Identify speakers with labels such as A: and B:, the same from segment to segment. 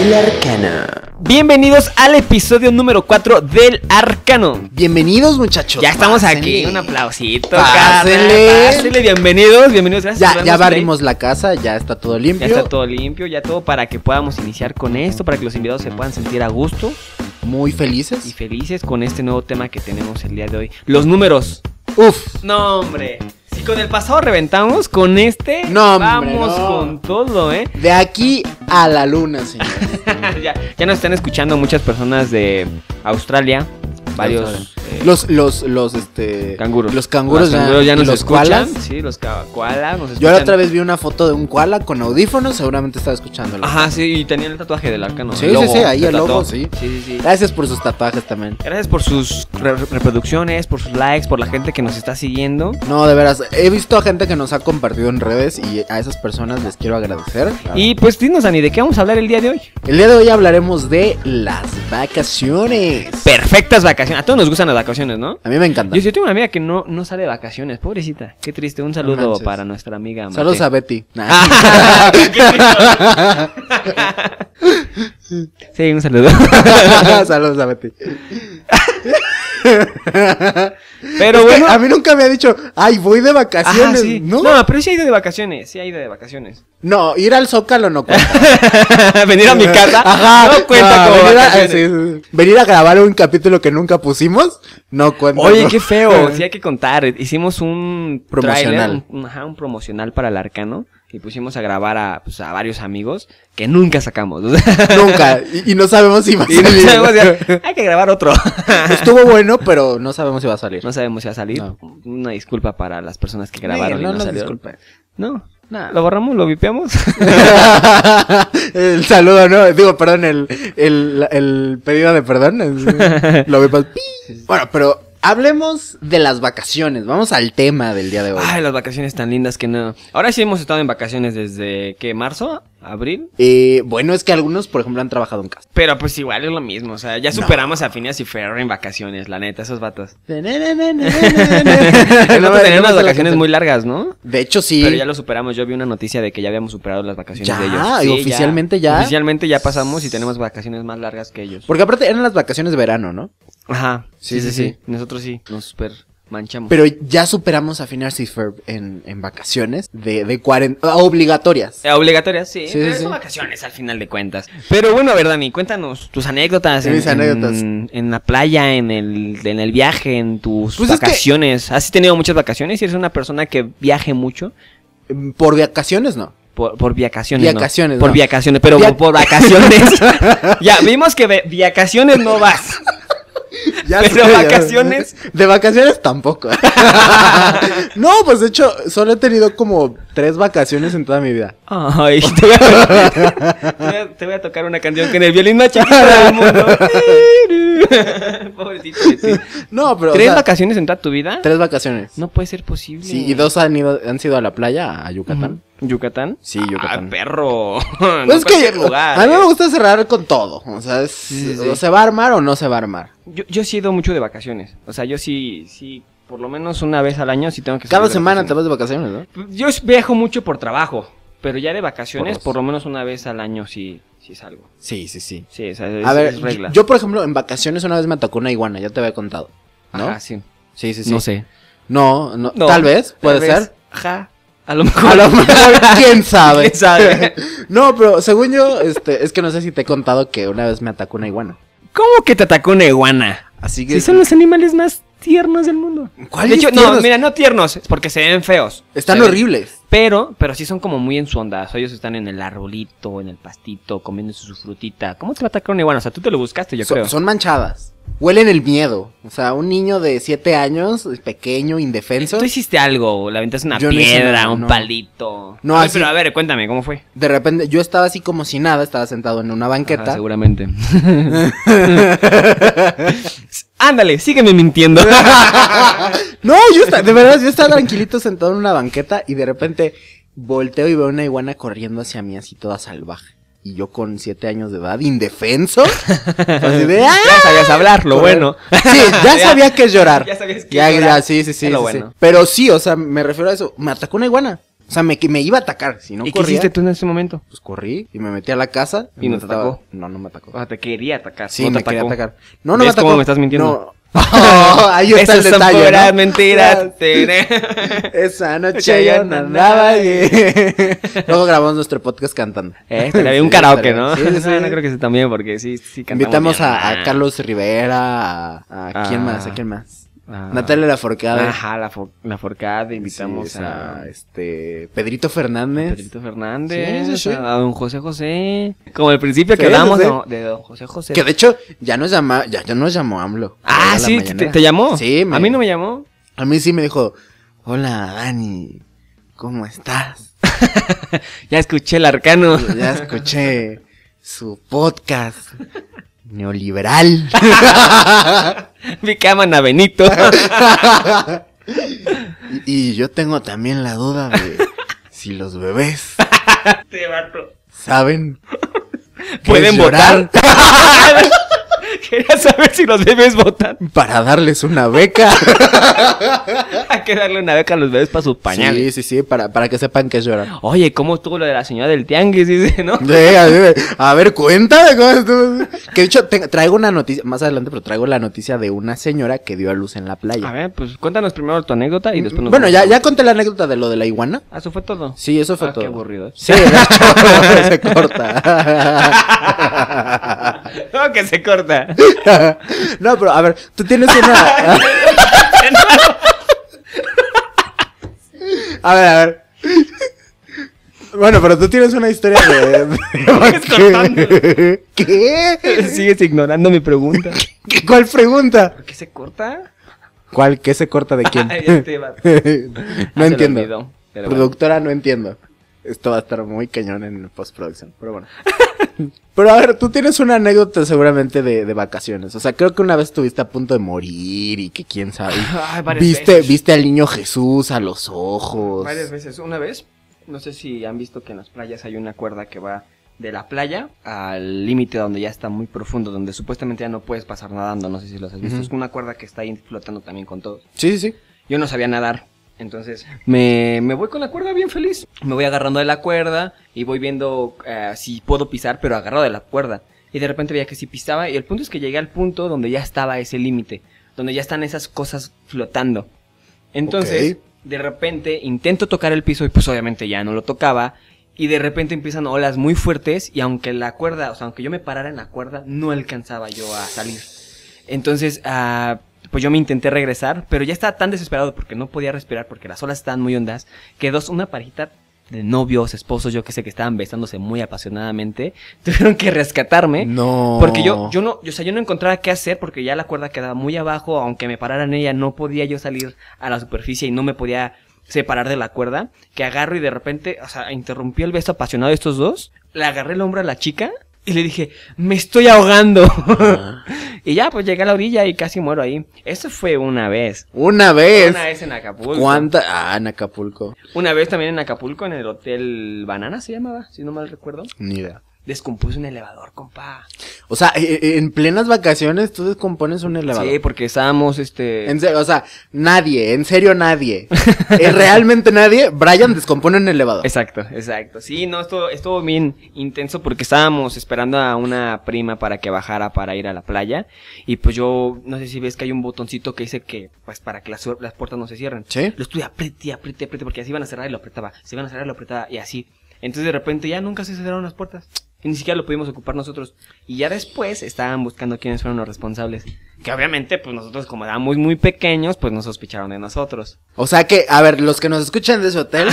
A: El Arcano.
B: Bienvenidos al episodio número 4 del Arcano.
A: Bienvenidos, muchachos.
B: Ya estamos
A: Pásenle.
B: aquí. Un aplausito.
A: Pásenle.
B: carnal, pásenle, Bienvenidos, bienvenidos. Gracias. por
A: Ya, ya
B: vernos,
A: barrimos la casa, ya está todo limpio.
B: Play. Ya está todo limpio, ya todo para que podamos iniciar con esto, para que los invitados se puedan sentir a gusto
A: Muy
B: y
A: felices.
B: felices con este nuevo tema que tenemos el día de hoy. Los números.
A: Uf.
B: No, hombre. Si con el pasado reventamos, con este
A: No, hombre,
B: vamos
A: no.
B: con todo, ¿eh?
A: De aquí a la luna, señor.
B: ya, ya nos están escuchando muchas personas de Australia, varios... eh,
A: Los, los, los, este.
B: Canguros.
A: Los canguros,
B: Los canguros ya,
A: y
B: nos
A: los
B: escuchan.
A: koalas.
B: Sí, los ca- koalas nos escuchan.
A: Yo la otra vez vi una foto de un koala con audífonos, seguramente estaba escuchándolo.
B: Ajá, sí, y tenían el tatuaje del arcano.
A: Sí,
B: el
A: sí,
B: logo,
A: sí, ahí
B: se
A: el logo,
B: tatuó.
A: sí.
B: Sí, sí, sí.
A: Gracias por sus tapajes también.
B: Gracias por sus re- reproducciones, por sus likes, por la gente que nos está siguiendo.
A: No, de veras, he visto a gente que nos ha compartido en redes y a esas personas les quiero agradecer.
B: Y pues dinos, Dani, ¿de qué vamos a hablar el día de hoy?
A: El día de hoy hablaremos de las vacaciones.
B: Perfectas vacaciones. A todos nos gustan las vacaciones, ¿no?
A: A mí me encanta.
B: Yo, yo tengo una amiga que no, no sale de vacaciones, pobrecita. Qué triste. Un saludo
A: manches.
B: para nuestra amiga. Mate.
A: Saludos a Betty. Nah.
B: Sí, un saludo.
A: Saludos a Betty.
B: Pero
A: Es que
B: bueno.
A: a mí nunca me ha dicho, ay, voy de vacaciones.
B: Ajá, sí.
A: ¿No?
B: ¿No? pero sí ha ido de vacaciones. Sí ha ido de vacaciones.
A: no, ir al Zócalo no cuenta.
B: venir a mi casa
A: Ajá.
B: no cuenta
A: No,
B: como
A: venir a,
B: vacaciones.
A: sí, sí, sí. Venir a grabar un capítulo que nunca pusimos, no cuenta.
B: Oye,
A: ¿no?
B: qué feo. Sí, hay que contar. Hicimos un
A: Promocional.
B: tráiler, un, ajá, un promocional para el arcano. Y pusimos a grabar a, pues, a varios amigos que nunca sacamos. O sea,
A: Nunca. Y, y no sabemos si va a
B: y no
A: salir.
B: sabemos si- hay que grabar otro.
A: Estuvo bueno, pero no sabemos si va a salir.
B: No sabemos si va a salir.
A: No.
B: Una disculpa para las personas que grabaron
A: Sí, no
B: y no,
A: nos
B: salieron.
A: disculpen.
B: No,
A: Nah.
B: lo borramos, lo vipeamos.
A: el saludo, ¿no? Digo, perdón, el, el, el pedido de perdón. es- Lo vi pas- ¡Pi! Bueno, pero hablemos de las vacaciones. Vamos al tema del día de hoy.
B: Ay, las vacaciones tan lindas que no. Ahora sí hemos estado en vacaciones desde, ¿qué? ¿Marzo? ¿Abril?
A: Eh, bueno, es que algunos, por ejemplo, han trabajado en casa.
B: Pero pues igual es lo mismo, o sea, ya superamos a Phineas y Ferro en vacaciones, la neta, esos vatos.
A: No,
B: Nosotros
A: no,
B: teníamos
A: no,
B: unas
A: no,
B: vacaciones
A: no.
B: muy largas, ¿no?
A: De hecho, sí.
B: Pero ya lo superamos, yo vi una noticia de que ya habíamos superado las vacaciones
A: Ya,
B: de ellos.
A: ¿y oficialmente ya?
B: Oficialmente ya pasamos y tenemos vacaciones más largas que ellos.
A: Porque aparte eran las vacaciones de verano, ¿no?
B: Ajá,
A: Sí,
B: sí, sí, sí.
A: sí, sí.
B: Nosotros sí, nos super manchamos.
A: Pero ya superamos a Finar Ferb en, en vacaciones de, de cuaren- ah, obligatorias.
B: Eh, Obligatorias, sí,
A: Sí,
B: pero
A: sí,
B: son
A: sí.
B: vacaciones al final de cuentas. Pero bueno, a ver, Dani, cuéntanos tus anécdotas.
A: Sí, mis anécdotas.
B: En, en la playa, en el, en el viaje, en tus
A: Pues es que-
B: vacaciones. ¿Has tenido muchas vacaciones? ¿Y eres una persona que viaje mucho?
A: Em, Por vacaciones, no.
B: Por, por vacaciones. no.
A: Viacaciones,
B: Por
A: no.
B: vacaciones, pero
A: Via-
B: por vacaciones. ya, vimos que ve- vacaciones no vas.
A: Ya
B: Pero
A: sé, ya-
B: vacaciones.
A: De vacaciones tampoco. no, pues de hecho, solo he tenido como tres vacaciones en toda mi vida.
B: Ay, te voy, a, te voy a- te voy a tocar una canción que en el violín más chiquito del mundo. Pobrecito de ti.
A: No, pero. o
B: ¿Tres
A: sea,
B: vacaciones en toda tu vida?
A: tres vacaciones.
B: No puede ser posible.
A: Sí, y dos han, ido, han sido a la playa, a Yucatán.
B: ¿Yucatán?
A: Sí, Yucatán.
B: Ah, perro. No
A: Pues es que
B: cualquier lugar,
A: a mí
B: eh.
A: me gusta cerrar con todo. O sea, es-
B: Sí, sí, sí.
A: o se va a armar o no se va a armar.
B: yo, yo sí he ido mucho de vacaciones. O sea, yo sí, sí, por lo menos una vez al año sí tengo que
A: Cada
B: salir de
A: semana te
B: vacaciones.
A: vas de vacaciones, ¿no?
B: Yo viajo mucho por trabajo, pero ya de vacaciones,
A: Por dos.
B: por, lo menos una vez al año sí, sí salgo.
A: Sí, sí, sí.
B: Sí, o sea, es,
A: a ver,
B: es regla.
A: yo, por ejemplo, en vacaciones una vez me atacó una iguana, ya te había contado. ¿No?
B: Ajá, sí.
A: Sí, sí, sí.
B: No sé.
A: No, no,
B: No,
A: tal vez, puede
B: Tal vez.
A: ser.
B: Ajá. A lo mejor.
A: A lo mejor, quién sabe.
B: ¿Quién sabe?
A: No, pero según yo, este, es que no sé si te he contado que una vez me atacó una iguana.
B: ¿Cómo que te atacó una iguana?
A: Así
B: Si son los animales más tiernos del mundo.
A: ¿Cuáles
B: de hecho, no,
A: tiernos?
B: mira, no tiernos, es porque se ven feos.
A: están
B: Se ven-
A: horribles.
B: Pero, pero sí son como muy en su onda. O sea, ellos están en el arbolito, en el pastito, comiendo su frutita. ¿Cómo te va a atacar una iguana? O sea, tú te lo buscaste, yo
A: Son-
B: creo.
A: Son manchadas. Huelen el miedo. O sea, un niño de 7 años, pequeño, indefenso.
B: Tú hiciste algo, le aventaste una
A: Yo no hice
B: piedra,
A: nada,
B: un
A: no.
B: palito.
A: No,
B: Ay,
A: así-
B: Pero a ver, cuéntame, ¿cómo fue?
A: De repente, yo estaba así como si nada, estaba sentado en una banqueta.
B: Ajá, seguramente. Ándale, sígueme mintiendo.
A: No, yo estaba, de verdad, yo estaba tranquilito sentado en una banqueta y de repente volteo y veo una iguana corriendo hacia mí así toda salvaje. Y yo con siete años de edad, indefenso, así de ¡ah!
B: ya sabías hablar, lo
A: Correr.
B: bueno.
A: Sí, ya sabía que es llorar.
B: Ya sabías que
A: ya,
B: es llorar.
A: ya, sí, sí, sí.
B: Es lo
A: sí, sí.
B: bueno.
A: Pero sí, o sea, me refiero a eso. Me atacó una iguana. O sea, me, que me iba a atacar. Si no
B: ¿Y qué
A: corría,
B: hiciste tú en ese momento?
A: pues corrí y me metí a la casa.
B: ¿Y no te
A: estaba-
B: atacó?
A: No, no me atacó.
B: O sea, te quería atacar.
A: sí,
B: no te
A: me quería
B: atacó.
A: atacar. No, no me
B: ¿Ves
A: atacó.
B: cómo me estás
A: No.
B: mintiendo?
A: Oh, ahí está el
B: Esas son
A: detalle. ¿no?
B: puras mentiras.
A: Esa noche yo no andaba bien. Luego grabamos nuestro podcast cantando.
B: Eh, estaría bien un
A: Sí,
B: karaoke,
A: estaría-
B: ¿no?
A: sí, sí, sí.
B: No, no creo que sí también, porque sí, sí cantamos
A: Invitamos
B: bien.
A: a, a Carlos Rivera, a, a quién
B: Ah.
A: más, a quién más.
B: Ah.
A: Natalia Laforcade.
B: Ajá, la, fo- la forcada, invitamos
A: Sí,
B: a,
A: a, este Pedrito Fernández.
B: Pedrito Fernández,
A: Sí, sí, sí.
B: a don José José. Como al principio que
A: Sí, sí,
B: hablábamos
A: sí.
B: ¿no? de don José José.
A: Que de hecho ya nos llama, ya, ya nos llamó AMLO.
B: Ah,
A: A la
B: sí, te,
A: mañanera.
B: te llamó.
A: Sí, me-
B: A mí no me llamó.
A: A mí sí me dijo, "Hola, Dani. ¿Cómo estás?"
B: Ya escuché el arcano.
A: Ya escuché su podcast neoliberal.
B: Mi cámara Benito.
A: Y- Y yo tengo también la duda de si los bebés saben. qué es
B: Pueden
A: llorar
B: votar. Quería saber si los bebés votan.
A: Para darles una beca.
B: Hay que darle una beca a los bebés para sus pañales.
A: Sí, sí, sí, para, para que sepan que es llorar.
B: Oye, ¿cómo estuvo lo de la señora del tianguis? Dice, ¿no?
A: Sí, a ver, a ver, cuéntame cómo estuvo. Que de hecho, te- traigo una noticia, más adelante, pero traigo la noticia de una señora que dio a luz en la playa.
B: A ver, pues cuéntanos primero tu anécdota y después nos
A: bueno, ya, ya conté la anécdota de lo de la iguana.
B: Ah, ¿Eso fue todo?
A: Sí, eso fue
B: Ah,
A: todo.
B: Qué aburrido. ¿eh?
A: Sí, de hecho, se corta.
B: No, que se corta.
A: no, pero a ver, tú tienes una. A ver, a ver. Bueno, pero tú tienes una historia de.
B: Sigues cortando.
A: ¿Qué? ¿Qué?
B: Sigues ignorando mi pregunta.
A: ¿Cuál pregunta?
B: ¿Por qué se corta?
A: ¿Cuál? ¿Qué se corta de quién?
B: Ay, ya te va.
A: no
B: Ah, se lo
A: entiendo.
B: olvidó, pero
A: Productora, no entiendo. Esto va a estar muy cañón en postproducción, pero bueno. pero a ver, tú tienes una anécdota seguramente de, de vacaciones. O sea, creo que una vez estuviste a punto de morir y que quién sabe.
B: Ay, Ah, varias
A: Viste,
B: veces.
A: viste al niño Jesús a los ojos.
B: Varias veces. Una vez, no sé si han visto que en las playas hay una cuerda que va de la playa al límite donde ya está muy profundo, donde supuestamente ya no puedes pasar nadando. No sé si los has visto.
A: Ujú.
B: Es una cuerda que está ahí flotando también con todos.
A: Sí, sí, sí.
B: Yo no sabía nadar. Entonces me, me voy con la cuerda bien feliz. Me voy agarrando de la cuerda y voy viendo eh, si puedo pisar, pero agarrado de la cuerda. Y de repente veía que sí pisaba. Y el punto es que llegué al punto donde ya estaba ese límite. Donde ya están esas cosas flotando. Entonces,
A: Ok.
B: de repente intento tocar el piso y pues obviamente ya no lo tocaba. Y de repente empiezan olas muy fuertes y aunque la cuerda, o sea, aunque yo me parara en la cuerda, no alcanzaba yo a salir. Entonces, ah, pues yo me intenté regresar, pero ya estaba tan desesperado porque no podía respirar porque las olas estaban muy hondas, que dos, una parejita de novios, esposos, yo que sé, que estaban besándose muy apasionadamente, tuvieron que rescatarme.
A: No.
B: ¿Eh? Porque yo, yo no, yo, o sea, yo no encontraba qué hacer porque ya la cuerda quedaba muy abajo, aunque me parara en ella, no podía yo salir a la superficie y no me podía separar de la cuerda, que agarro y de repente, o sea, interrumpió el beso apasionado de estos dos, le agarré el hombro a la chica y le dije, me estoy ahogando.
A: Ah.
B: y ya, pues llegué a la orilla y casi muero ahí. Eso fue una vez.
A: Una vez.
B: Una vez en Acapulco.
A: ¿Cuánta? Ah, en Acapulco.
B: Una vez también en Acapulco, en el Hotel Banana se llamaba, si no mal recuerdo.
A: Ni idea.
B: Descompuse un elevador, compa.
A: O sea, e- e- en plenas vacaciones tú descompones un elevador.
B: Sí, porque estábamos, este...
A: En serio, o sea, nadie, en serio nadie. Eh, Realmente nadie. Brian descompone un elevador.
B: Exacto, exacto. Sí, no, estuvo, estuvo bien intenso porque estábamos esperando a una prima para que bajara para ir a la playa. Y pues yo, no sé si ves que hay un botoncito que dice que, pues para que las, suer- las puertas no se cierren.
A: ¿Sí?
B: Lo estuve apriete, apriete, apriete, porque así iban a cerrar y lo apretaba, se iban a cerrar y lo apretaba, y así. Entonces de repente ya nunca se cerraron las puertas. Y ni siquiera lo pudimos ocupar nosotros. Y ya después estaban buscando quiénes fueron los responsables. Que obviamente, pues nosotros como éramos muy pequeños, pues no sospecharon de nosotros.
A: O sea que, a ver, los que nos escuchan de ese hotel,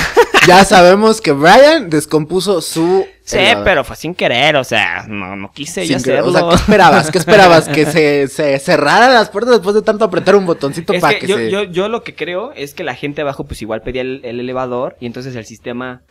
A: ya sabemos que Brian descompuso su.
B: Sí,
A: elevador.
B: pero fue sin querer, o sea, no, no quise yo
A: Sin que- o sea,
B: hacerlo.
A: ¿qué esperabas? ¿Qué esperabas? ¿Que se, se cerraran las puertas después de tanto apretar un botoncito
B: Es
A: para que,
B: que yo,
A: se...
B: yo, yo lo que creo es que la gente abajo pues igual pedía el, el elevador y entonces el sistema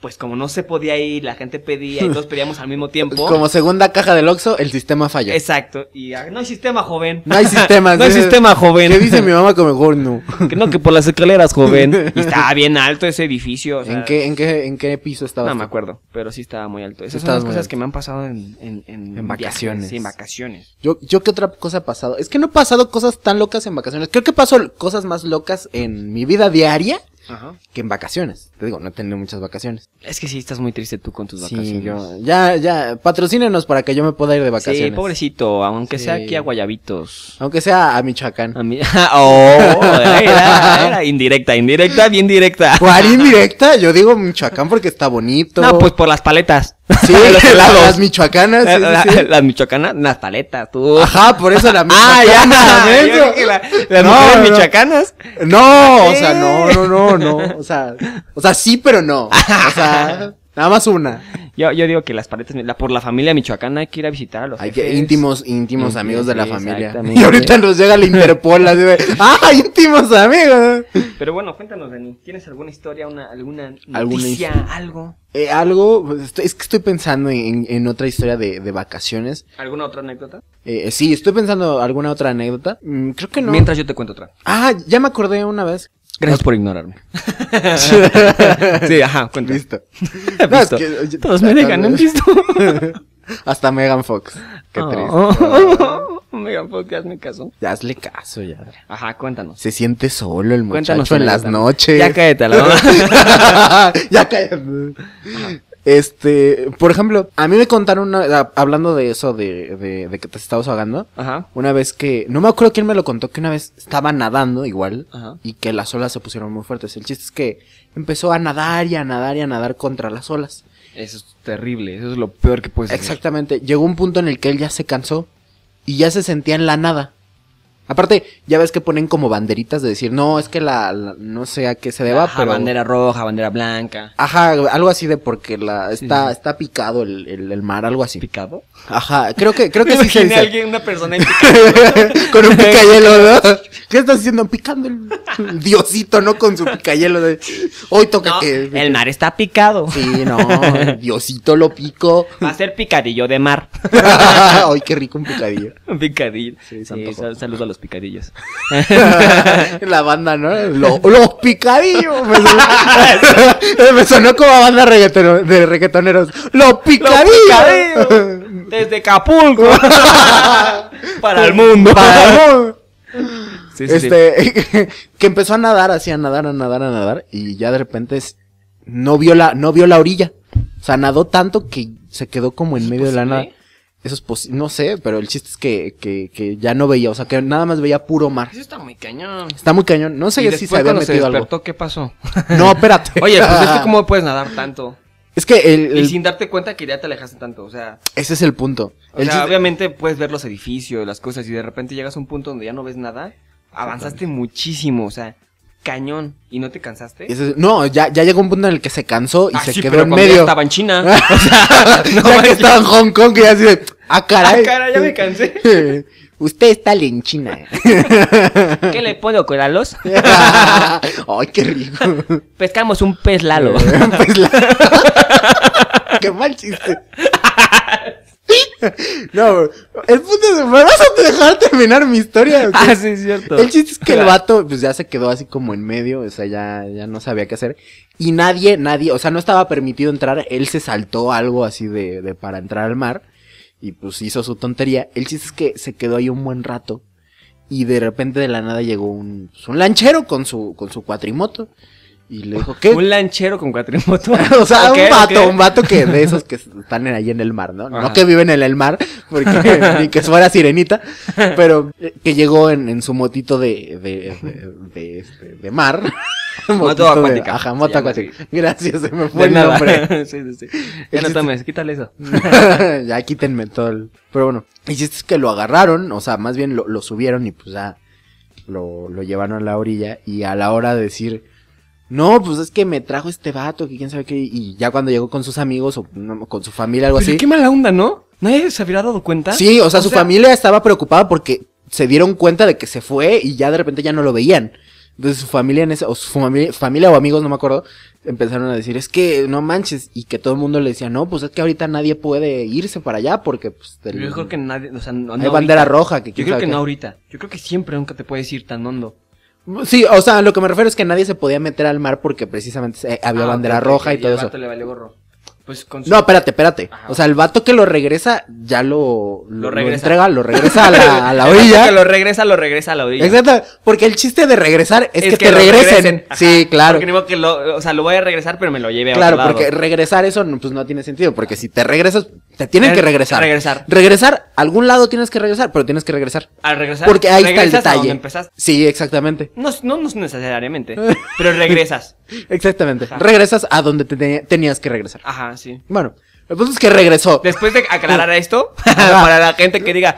B: pues como no se podía ir, la gente pedía y todos pedíamos al mismo tiempo.
A: Como segunda caja del Oxxo, el sistema falló.
B: Exacto, y ah, no hay sistema joven.
A: No hay sistema.
B: no hay
A: dice-
B: sistema joven.
A: ¿Qué dice mi mamá como mejor no?
B: Que no, que por las escaleras joven. Y estaba bien alto ese edificio. o sea,
A: ¿En, qué, en, qué, ¿En qué piso estabas?
B: No me
A: tú?
B: acuerdo, pero sí estaba muy alto. Esas
A: Estabas
B: son
A: muy
B: las cosas
A: alto.
B: que me han pasado en, en, en,
A: En
B: viajes,
A: vacaciones.
B: sí, en vacaciones.
A: Yo, yo qué otra cosa ha pasado. Es que no he pasado cosas tan locas en vacaciones. Creo que pasó cosas más locas en mi vida diaria
B: Ajá.
A: que en vacaciones. Te digo, no he tenido muchas vacaciones.
B: Es que sí, estás muy triste tú con tus vacaciones.
A: Sí, yo. Ya, ya, patrocínenos para que yo me pueda ir de vacaciones.
B: Sí, pobrecito, aunque sea
A: Sí.
B: aquí a Guayabitos.
A: Aunque sea a Michoacán.
B: A mí- oh, era, era indirecta, indirecta, bien directa.
A: ¿Cuál indirecta? Yo digo Michoacán porque está bonito.
B: No, pues por las paletas.
A: Sí,
B: los helados.
A: las michoacanas. sí,
B: La-
A: sí, sí.
B: Las michoacanas, las paletas, tú.
A: Ajá, por eso la
B: Ah, ya,
A: michoacana,
B: ya,
A: menso.
B: yo dije la- las
A: No,
B: mujeres
A: no.
B: michoacanas.
A: No, o
B: ¿Qué?
A: sea, no, no, no, no. O sea, o sea, sí, pero no. O sea, nada más una.
B: Yo, yo digo que las paletas, la- por la familia michoacana hay que ir a visitar a los
A: Hay que
B: jefes.
A: íntimos, íntimos
B: Sí,
A: amigos
B: sí,
A: de la
B: sí,
A: familia.
B: exactamente.
A: Y ahorita nos llega la Interpol así de, ah, íntimos amigos.
B: Pero bueno, cuéntanos, Dani, ¿tienes alguna historia, una, alguna
A: Alguna
B: noticia,
A: historia.
B: algo?
A: Eh, algo, pues, estoy- es que estoy pensando en, en otra historia de, de vacaciones.
B: ¿Alguna otra anécdota?
A: Eh, eh, sí, estoy pensando alguna otra anécdota. Mm, creo que no.
B: Mientras yo te cuento otra.
A: Ah, ya me acordé una vez.
B: Gracias por ignorarme. sí, ajá, cuéntame.
A: Listo. No, es
B: Visto.
A: que, oye,
B: Todos me dejan, ¿han visto?
A: Hasta Megan Fox. Qué triste.
B: Oh. Mega podcast me casó.
A: Ya hazle caso ya.
B: Ajá, cuéntanos.
A: Se siente solo el muchacho
B: Cuéntanos tu
A: en las
B: anécdota.
A: noches.
B: Ya cállate, la
A: ya cállate. Este, por ejemplo, a mí me contaron una- ah, hablando de eso de, de- de que te estabas ahogando.
B: Ajá.
A: Una vez que, no me acuerdo quién me lo contó, que una vez estaba nadando igual
B: Ajá.
A: y que las olas se pusieron muy fuertes. El chiste es que empezó a nadar y a nadar y a nadar contra las olas.
B: Eso es terrible, eso pues, es lo peor que puedes hacer.
A: Exactamente. Llegó un punto en el que él ya se cansó y ya se sentía en la nada. Aparte, ya ves que ponen como banderitas de decir, no, es que la, la- no sé a qué se deba,
B: Ajá,
A: pero...
B: bandera roja, bandera blanca.
A: Ajá, algo así de porque la
B: Sí,
A: está,
B: sí.
A: está picado el, el- el mar, algo así.
B: ¿Picado?
A: Ajá, creo que, creo que
B: Me
A: sí se
B: imaginé a
A: dice.
B: alguien, una persona en
A: con un picayelo, ¿no? ¿Qué estás haciendo? Picando el diosito, ¿no? Con su picayelo de hoy toca
B: No, eh.
A: que.
B: el mar está picado.
A: Sí, no, el diosito lo pico.
B: Va a ser picadillo de mar.
A: Ay, qué rico un picadillo.
B: Picadillo.
A: Sí,
B: Sí,
A: se antojó.
B: sal- saludos a los picadillos.
A: la banda, ¿no? Lo- los picadillos. Me sonó, me sonó como a banda reggaetero- de reggaetoneros. Los
B: Los
A: picadillos.
B: picadillos. Desde Acapulco. Para el mundo.
A: Para el mundo.
B: Sí, sí, sí.
A: este, que empezó a nadar así, a nadar, a nadar, a nadar. Y ya de repente es- no, vio la, no vio la orilla. O sea, nadó tanto que se quedó como en medio de la nada.
B: posible?
A: Eso es posible, no sé, pero el chiste es que, que, que ya no veía, o sea, que nada más veía puro mar.
B: Eso está muy cañón.
A: Está muy cañón, no
B: y
A: sé si
B: después
A: se había
B: cuando se
A: metido algo.
B: despertó, ¿qué pasó?
A: No, espérate.
B: Oye, pues es que cómo puedes nadar tanto.
A: Es que el,
B: Y
A: el-
B: sin darte cuenta que ya te alejaste tanto. O sea,
A: ese es el punto.
B: o
A: El
B: sea,
A: chiste-
B: obviamente puedes ver los edificios, las cosas, y de repente llegas a un punto donde ya no ves nada. Avanzaste muchísimo, o sea, cañón. ¿Y no te cansaste?
A: ese es- no, ya, ya llegó un punto en el que se cansó y
B: Ah,
A: se
B: sí,
A: quedó
B: pero
A: en
B: cuando ya
A: medio.
B: estaba en China. O sea, no
A: ya que
B: manches.
A: estaba en Hong Kong, que ya así de, ah, caray.
B: Ah, caray, ya me cansé.
A: Usted está en China.
B: ¿Qué le puedo coralos?
A: Ay, qué rico.
B: Pescamos un pez lalo.
A: Pues la- qué mal chiste. No, bro, el punto es, ¿me vas a dejar terminar mi historia? o qué?
B: ah, sí, es cierto.
A: El chiste es que el
B: Claro.
A: vato, pues ya se quedó así como en medio, o sea, ya, ya no sabía qué hacer. Y nadie, nadie, o sea, no estaba permitido entrar, él se saltó algo así de, de para entrar al mar. Y pues hizo su tontería. El chiste es que se quedó ahí un buen rato. Y de repente de la nada llegó un, pues, un lanchero con su, con su cuatrimoto. Y le dijo, ¿qué?
B: Un lanchero con cuatrimoto.
A: O sea,
B: Ok,
A: un vato,
B: ok.
A: un vato que de esos que están en- ahí en el mar, ¿no? No
B: Ajá.
A: que viven en el mar, porque ni que fuera sirenita, pero eh, que llegó en, en su motito de, de, de, de, este, de mar. Motito de-
B: acuática.
A: ajá,
B: Se
A: moto
B: llama
A: acuática. Gracias, se me fue
B: De
A: el
B: nada.
A: nombre.
B: sí, sí, sí.
A: El
B: Ya no
A: chiste-
B: tomes, quítale eso.
A: ya quítenme todo el... Pero bueno, el chiste es que lo agarraron, o sea, más bien lo, lo subieron y pues ya lo, lo llevaron a la orilla y a la hora de decir, no, pues es que me trajo este vato, que quién sabe qué, y ya cuando llegó con sus amigos o no, con su familia, algo
B: Pero
A: así.
B: qué mala onda, ¿no? ¿Nadie se habría dado cuenta?
A: Sí, o sea, su familia estaba preocupada porque se dieron cuenta de que se fue y ya de repente ya no lo veían. Entonces su familia en ese, o su familia, familia o amigos, no me acuerdo, empezaron a decir, es que no manches, y que todo el mundo le decía, no, pues es que ahorita nadie puede irse para allá porque pues
B: Pero
A: el-
B: Yo creo que nadie, o sea, no,
A: hay
B: no
A: bandera
B: ahorita.
A: roja que
B: Yo
A: quién
B: creo que
A: sabe
B: no ahorita. Yo creo que siempre nunca te puedes ir tan hondo.
A: qué. Sí, o sea, lo que me refiero es que nadie se podía meter al mar porque precisamente se- había
B: Ah,
A: bandera
B: ok, ok,
A: roja
B: ok,
A: y todo
B: el
A: eso.
B: vato le valió gorro. Pues con su-
A: No, espérate, espérate.
B: Ajá.
A: O sea, el vato que lo regresa, ya lo, lo,
B: Lo regresa.
A: entrega, lo regresa a la, a la
B: El vato
A: orilla.
B: Que lo regresa, lo regresa a la orilla.
A: Exacto, porque el chiste de regresar es, que, te
B: lo
A: regresen.
B: Ajá.
A: Sí, claro.
B: Porque ni modo que lo, o sea, lo voy a regresar, pero me lo lleve a
A: Claro,
B: otro lado.
A: porque regresar eso no, pues no tiene sentido, porque si te regresas, te tienen
B: Re-
A: que regresar.
B: regresar.
A: Regresar, a algún lado tienes que regresar, pero tienes que regresar.
B: Al regresar.
A: Porque ahí está el
B: regresas a
A: detalle.
B: donde empezaste.
A: Sí, exactamente.
B: No, no, no necesariamente, pero regresas.
A: Exactamente.
B: Ajá.
A: Regresas a donde te te- tenías que regresar.
B: Ajá, sí.
A: Bueno, el punto es que regresó.
B: Después de aclarar esto, para la gente que diga,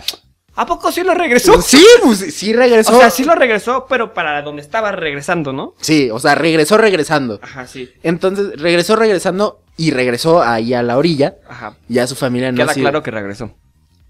B: ¿a poco sí lo regresó?
A: Sí, pues sí regresó.
B: O sea, sí lo regresó, pero para donde estaba regresando, ¿no?
A: Sí, o sea, regresó regresando.
B: Ajá, sí.
A: Entonces, regresó regresando y regresó ahí a la orilla.
B: Ajá.
A: Ya su familia no
B: Queda
A: sí-
B: claro que regresó.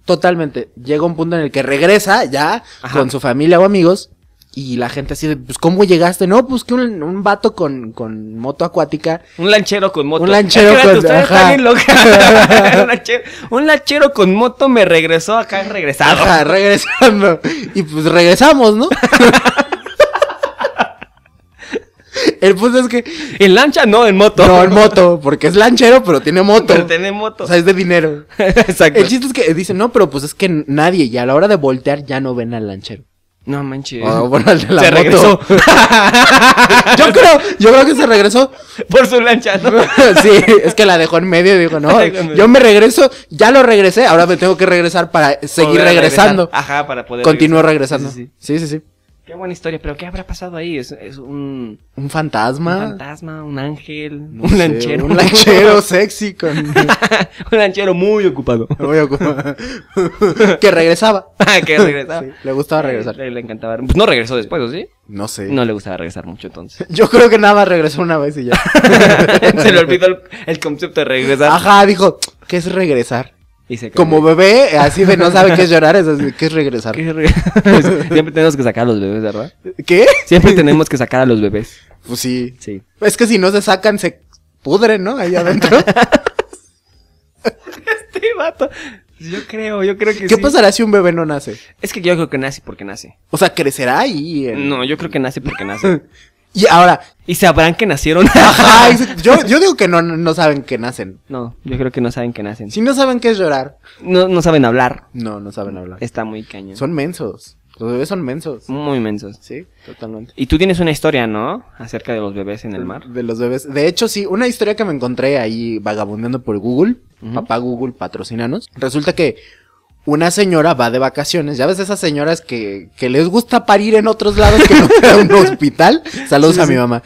A: Totalmente. Llega un punto en el que regresa ya
B: Ajá.
A: con su familia o amigos. Y la gente así de, pues, ¿cómo llegaste? No, pues que un, un vato con, con moto acuática.
B: Un lanchero con moto.
A: Un lanchero
B: Es que
A: con-
B: tu historia está
A: ajá.
B: bien loca. un, lanchero, un lanchero con moto me regresó acá regresado.
A: Ajá, regresando. Y pues regresamos, ¿no? el punto es que.
B: En lancha no, en moto.
A: No, en moto, porque es lanchero, pero tiene moto.
B: Pero tiene moto.
A: O sea, es de dinero.
B: Exacto.
A: El chiste es que dicen, no, pero pues es que nadie, y a la hora de voltear ya no ven al lanchero.
B: No manches.
A: O, Ah, bueno, al de la
B: Se
A: moto.
B: regresó.
A: yo creo, yo creo que se regresó.
B: Por su lancha, ¿no?
A: sí, es que la dejó en medio y dijo, no, yo me regreso, ya lo regresé, ahora me tengo que regresar para seguir
B: Poder
A: regresando.
B: regresar. Ajá, para poder.
A: Continúo
B: regresar.
A: regresando.
B: Sí, sí,
A: Sí, sí, sí.
B: sí. Qué buena historia, pero ¿qué habrá pasado ahí? Es, es un,
A: Un
B: un
A: fantasma.
B: fantasma, un ángel,
A: no
B: un
A: sé,
B: lanchero.
A: Un lanchero sexy con...
B: un lanchero muy ocupado.
A: Voy a ocupar. que regresaba.
B: Ah, que regresaba.
A: Sí, le gustaba regresar.
B: Le, le encantaba. Pues no regresó después, ¿o sí?
A: No sé.
B: No le gustaba regresar mucho entonces.
A: Yo creo que nada más regresó una vez y ya.
B: se le olvidó el, el concepto de regresar.
A: Ajá, dijo, ¿qué es regresar?
B: Y se
A: Como bebé, así de no sabe qué es llorar, es así, ¿qué es regresar?
B: cambió. ¿Qué reg- Pues, siempre tenemos que sacar a los bebés, ¿verdad?
A: ¿Qué?
B: Siempre tenemos que sacar a los bebés.
A: Pues sí.
B: Sí.
A: Es que si no se sacan, se pudren, ¿no? Ahí adentro.
B: Este vato. Yo creo, yo creo que
A: ¿Qué
B: sí.
A: pasará si un bebé no nace?
B: Es que yo creo que nace porque nace.
A: O sea, crecerá ahí. en-
B: No, yo creo que nace porque nace.
A: Y ahora,
B: ¿Y sabrán que nacieron?
A: ajá, es- yo, yo digo que no, no saben que nacen.
B: No, yo creo que no saben que nacen.
A: Si no saben qué es llorar,
B: No, no saben hablar.
A: no, no saben hablar.
B: Está muy cañón.
A: Son mensos. Los bebés son mensos.
B: muy mensos.
A: Sí, totalmente.
B: Y tú tienes una historia, ¿no? Acerca de los bebés en el mar.
A: De los bebés. De hecho, sí, una historia que me encontré ahí vagabundeando por Google.
B: Ujú.
A: Papá Google, patrocinanos. Resulta que una señora va de vacaciones. Ya ves esas señoras que, que les gusta parir en otros lados que no sea un hospital. Saludos
B: Sí,
A: a
B: sí. Oh,
A: mi mamá.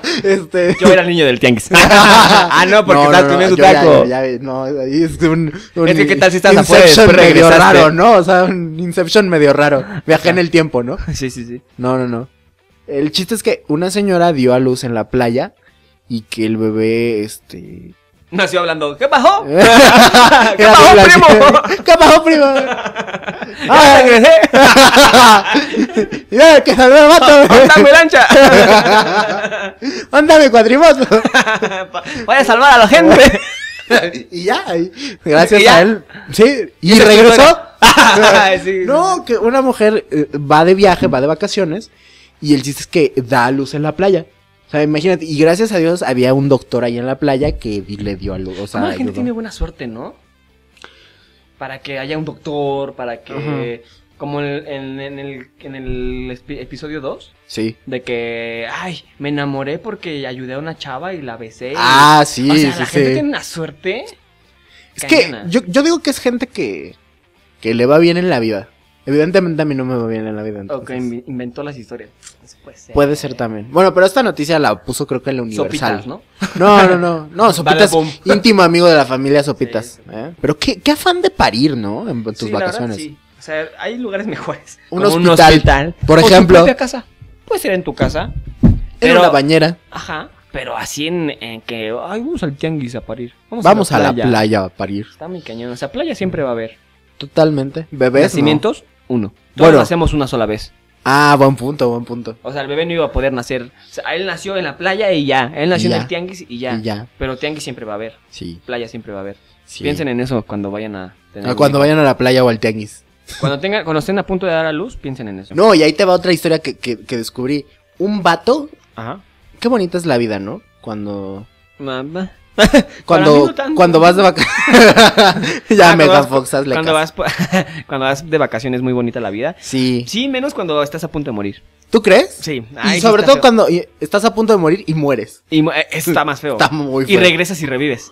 A: este.
B: Yo era el niño del tianguis. ah, no, porque estás
A: yo
B: comiendo tu
A: ya-
B: taco.
A: ya- ya- no, ahí es un, un
B: Es que, ¿qué tal si estás afuera y
A: Inception
B: después
A: medio
B: regresaste?
A: raro, ¿no? O sea, un Inception medio raro. Viajé en el tiempo, ¿no?
B: Sí, sí, sí.
A: No, no, no. El chiste es que una señora dio a luz en la playa y que el bebé, este...
B: Nació hablando. ¿Qué pasó?
A: Era
B: ¿Qué pasó,
A: de
B: primo?
A: ¿Qué pasó, primo?
B: ¡Ah,
A: ¡Ay!
B: regresé!
A: ¡Mira, que salió el
B: ¡Está mi
A: vato!
B: lancha!
A: ¡Anda mi cuatrimoto!
B: Voy a salvar a la gente.
A: y ya, y gracias
B: ¿Y ya?
A: a él. Sí, y
B: Esa es tu
A: regresó.
B: historia. Sí.
A: no, que una mujer eh, va de viaje, va de vacaciones, y el chiste es que da a luz en la playa. O sea, imagínate, y gracias a Dios había un doctor ahí en la playa que di- le dio a luz. O sea,
B: Como la gente
A: ayudó.
B: tiene buena suerte, ¿no? Para que haya un doctor, para que. Como en, en- en el, en el espi- episodio 2,
A: Sí.
B: de que. Ay, me enamoré porque ayudé a una chava y la besé.
A: Ah, sí,
B: o sea,
A: sí,
B: la
A: sí.
B: gente tiene una suerte.
A: Es que
B: cañona.
A: yo, yo digo que es gente que, que le va bien en la vida. Evidentemente a mí no me va bien en la vida.
B: O que
A: entonces,
B: invi- inventó las historias. Pues, eh, Eso puede ser.
A: Puede ser también. Bueno, pero esta noticia la puso creo que en la Universal.
B: Sopitas, ¿no?
A: No, no, no. No, Sopitas,
B: Badabum.
A: íntimo amigo de la familia Sopitas.
B: Sí,
A: ¿eh? Pero qué, qué afán de parir, ¿no? En tus
B: Sí, la verdad,
A: vacaciones.
B: sí. O sea, hay lugares mejores.
A: Un
B: Como
A: hospital, por
B: O tu
A: ejemplo.
B: propia casa. Puede ser en tu casa.
A: En
B: Pero-
A: una bañera.
B: Ajá. Pero así en, en que. Ay, vamos al tianguis a parir. Vamos,
A: Vamos a la playa a parir.
B: Está muy cañón. O sea, playa siempre va a haber.
A: Totalmente. Bebés. no.
B: Nacimientos, uno. Todos
A: Bueno.
B: nacemos una sola vez.
A: Ah, buen punto, buen punto.
B: O sea, el bebé no iba a poder nacer. O sea, él nació en la playa y ya. Él nació
A: Y
B: en
A: ya.
B: el tianguis y ya.
A: Y ya.
B: Pero tianguis siempre va a haber.
A: Sí.
B: Playa siempre va a haber.
A: sí.
B: Piensen en eso cuando vayan a tener.
A: Ah, cuando vayan a la playa o al tianguis.
B: Cuando, tengan, cuando estén a punto de dar a luz, piensen en eso.
A: No, y ahí te va otra historia que, que, que descubrí. Un vato.
B: Ajá.
A: Qué bonita es la vida, ¿no? Cuando.
B: Mamá. Para mí
A: Cuando,
B: no tanto.
A: cuando vas de vacaciones. ya
B: Ah,
A: me
B: cuando
A: da
B: vas-
A: foxas le
B: cuando
A: cas-
B: vas, pa- cuando vas de vacaciones muy bonita la vida.
A: Sí.
B: Sí, menos cuando estás a punto de morir.
A: ¿Tú crees?
B: Sí.
A: y
B: Ay, sí
A: sobre
B: está
A: todo
B: feo.
A: cuando y- estás a punto de morir y mueres.
B: Y mu- eh, está más feo.
A: Está muy
B: y
A: feo.
B: regresas y revives.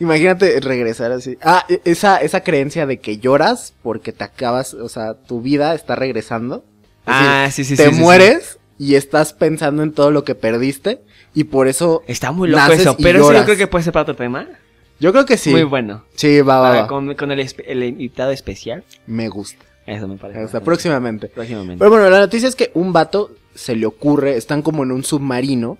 A: Imagínate regresar así. Ah, e- esa, esa creencia de que lloras porque te acabas, o sea, tu vida está regresando. Es
B: Ah,
A: decir,
B: sí, sí,
A: Te
B: sí, sí, sí.
A: mueres y estás pensando en todo lo que perdiste y por eso
B: Está muy loco
A: Naces
B: eso.
A: y
B: Pero sí,
A: lloras.
B: yo creo que puede ser para otro tema.
A: Yo creo que sí. Ah.
B: Muy bueno.
A: Sí, va, va,
B: Para-
A: va.
B: con, con el, espe- el invitado especial.
A: Me gusta.
B: Eso me parece.
A: Hasta próximamente.
B: Próximamente.
A: Pero bueno, la noticia es que un vato se le ocurre, están como en un submarino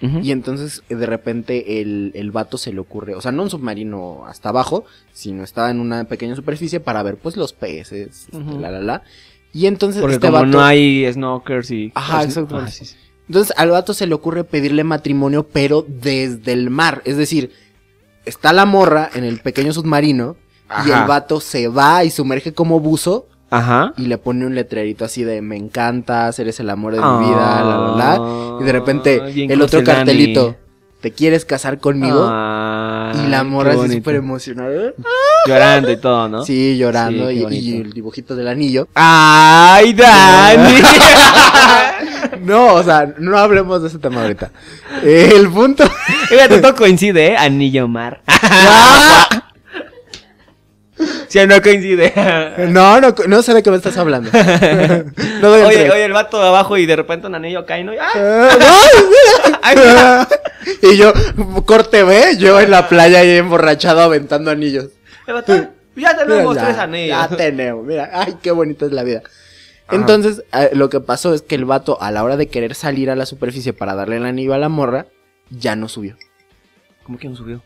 B: Ujú.
A: y entonces eh, de repente el, el vato se le ocurre, o sea, no un submarino hasta abajo, sino estaba en una pequeña superficie para ver pues los peces, este,
B: Ujú.
A: la, la, la. Y entonces
B: Porque
A: este
B: como
A: vato...
B: no hay snorkers y...
A: Ajá,
B: Ah,
A: exacto.
B: sí, sí.
A: Entonces al vato se le ocurre pedirle matrimonio, pero desde el mar. Es decir, está la morra en el pequeño submarino y
B: Ajá.
A: el vato se va y sumerge como buzo
B: Ajá.
A: y le pone un letrerito así de me encantas, eres el amor de mi vida, la, la, la. Y de repente
B: Ah, Bien
A: el otro
B: Costellani.
A: cartelito, ¿te quieres casar conmigo?
B: Ah,
A: y la
B: qué
A: morra así
B: bonito.
A: súper emocionada.
B: Llorando y todo, ¿no?
A: Sí, llorando
B: Sí, qué
A: y- y,
B: bonito.
A: el dibujito del anillo.
B: ¡Ay, Dani!
A: No, o sea, no hablemos de ese tema ahorita. El punto...
B: Fíjate, todo coincide, ¿eh? Anillo Mar. Si no coincide.
A: No, no, no sé de qué me estás hablando. No doy
B: Oye,
A: entrega.
B: oye, el vato de abajo y de repente un anillo cae, ¿no? Y- ¡Ah! ¡Ay, mira!
A: Ah, y yo, corte B, yo en la playa ahí emborrachado aventando anillos.
B: El vato, "Ah, ya tenemos
A: Mira,
B: tres
A: ya,
B: anillos.
A: Ya tenemos, mira, ay, qué bonita es la vida.
B: Ajá.
A: Entonces, eh, lo que pasó es que el vato, a la hora de querer salir a la superficie para darle el anillo a la morra, ya no subió.
B: ¿Cómo que no subió?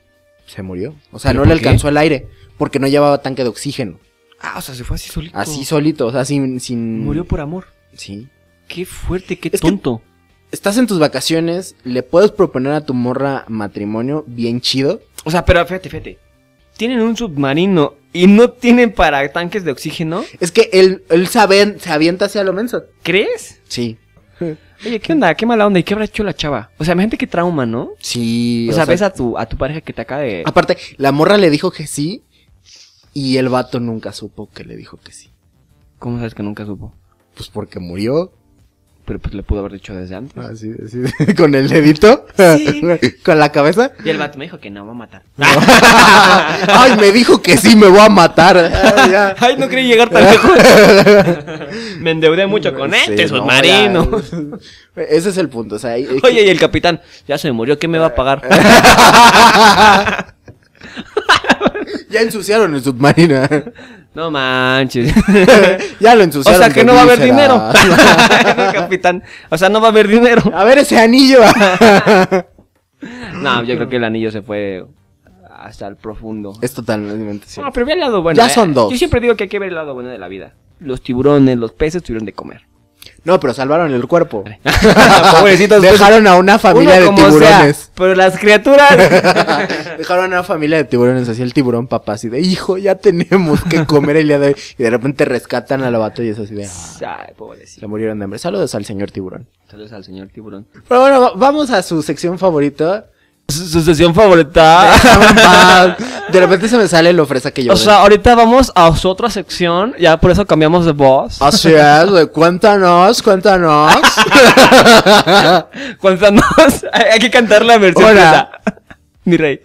A: Se murió. O sea,
B: ¿Pero
A: no le
B: por qué?
A: alcanzó el aire, porque no llevaba tanque de oxígeno.
B: Ah, o sea, se fue así solito. Mm.
A: Así solito, o sea, sin... sin...
B: Murió por amor.
A: Sí.
B: Qué fuerte, qué
A: Es que-
B: tonto.
A: Estás en tus vacaciones, le puedes proponer a tu morra matrimonio bien chido.
B: O sea, pero fíjate, fíjate. Tienen un submarino y no tienen para tanques de oxígeno.
A: Es que él, él se, aven- se avienta hacia lo menso.
B: ¿Crees?
A: Sí.
B: Oye, ¿qué onda? ¿Qué mala onda? ¿Y qué habrá hecho la chava? O sea, imagínate qué trauma, ¿no?
A: Sí. Ah.
B: O, sea, ves a tu, a tu pareja que te acaba de...
A: Aparte, la morra le dijo que sí y el vato nunca supo que le dijo que sí.
B: ¿Cómo sabes que nunca supo?
A: Pues porque murió.
B: Pero pues le pudo haber dicho desde antes.
A: Así, así, con el dedito.
B: Sí.
A: con la cabeza.
B: Y el vato me dijo que no, va a matar.
A: Ay, me dijo que sí, me voy a matar. Ay, ya.
B: Ay, no quería llegar tan lejos. me endeudé mucho con este
A: Sí, no,
B: submarino.
A: ya. Ese es el punto. O sea, ahí-
B: Oye, y el capitán, ya se murió, ¿qué me va a pagar?
A: ya ensuciaron el submarino.
B: no manches.
A: ya lo
B: O
A: ensuciaron.
B: sea que
A: de
B: no va a haber
A: vísceras.
B: dinero. El capitán. O sea, no va a haber dinero.
A: A ver ese anillo.
B: No, yo creo que el anillo se fue hasta el profundo.
A: es totalmente cierto.
B: No, pero ve el lado bueno. ¿eh?
A: Ya son dos.
B: Yo siempre digo que hay que ver el lado bueno de la vida. Los tiburones, los peces tuvieron de comer.
A: No, pero salvaron el cuerpo.
B: Pobrecitos pues.
A: Dejaron a una familia
B: Uno
A: de
B: como sea,
A: tiburones.
B: pero las criaturas.
A: Dejaron a una familia de tiburones así el tiburón papá así de hijo, ya tenemos que comer el día de hoy. Y de repente rescatan a la bata y es así de "Ah,
B: Ay, pobrecito.
A: se murieron de hambre. Saludos al señor tiburón.
B: Saludos al señor tiburón.
A: Pero bueno, va- vamos a su sección favorita.
B: Su, su sesión favorita.
A: Déjame en paz. De repente se me sale el ofreza que yo.
B: O sea, ahorita vamos a su otra sección. Ya por eso cambiamos de voz.
A: así es, güey, cuéntanos, cuéntanos.
B: Cuéntanos. Hay hay que cantar la versión.
A: Hola.
B: preta. Mi rey.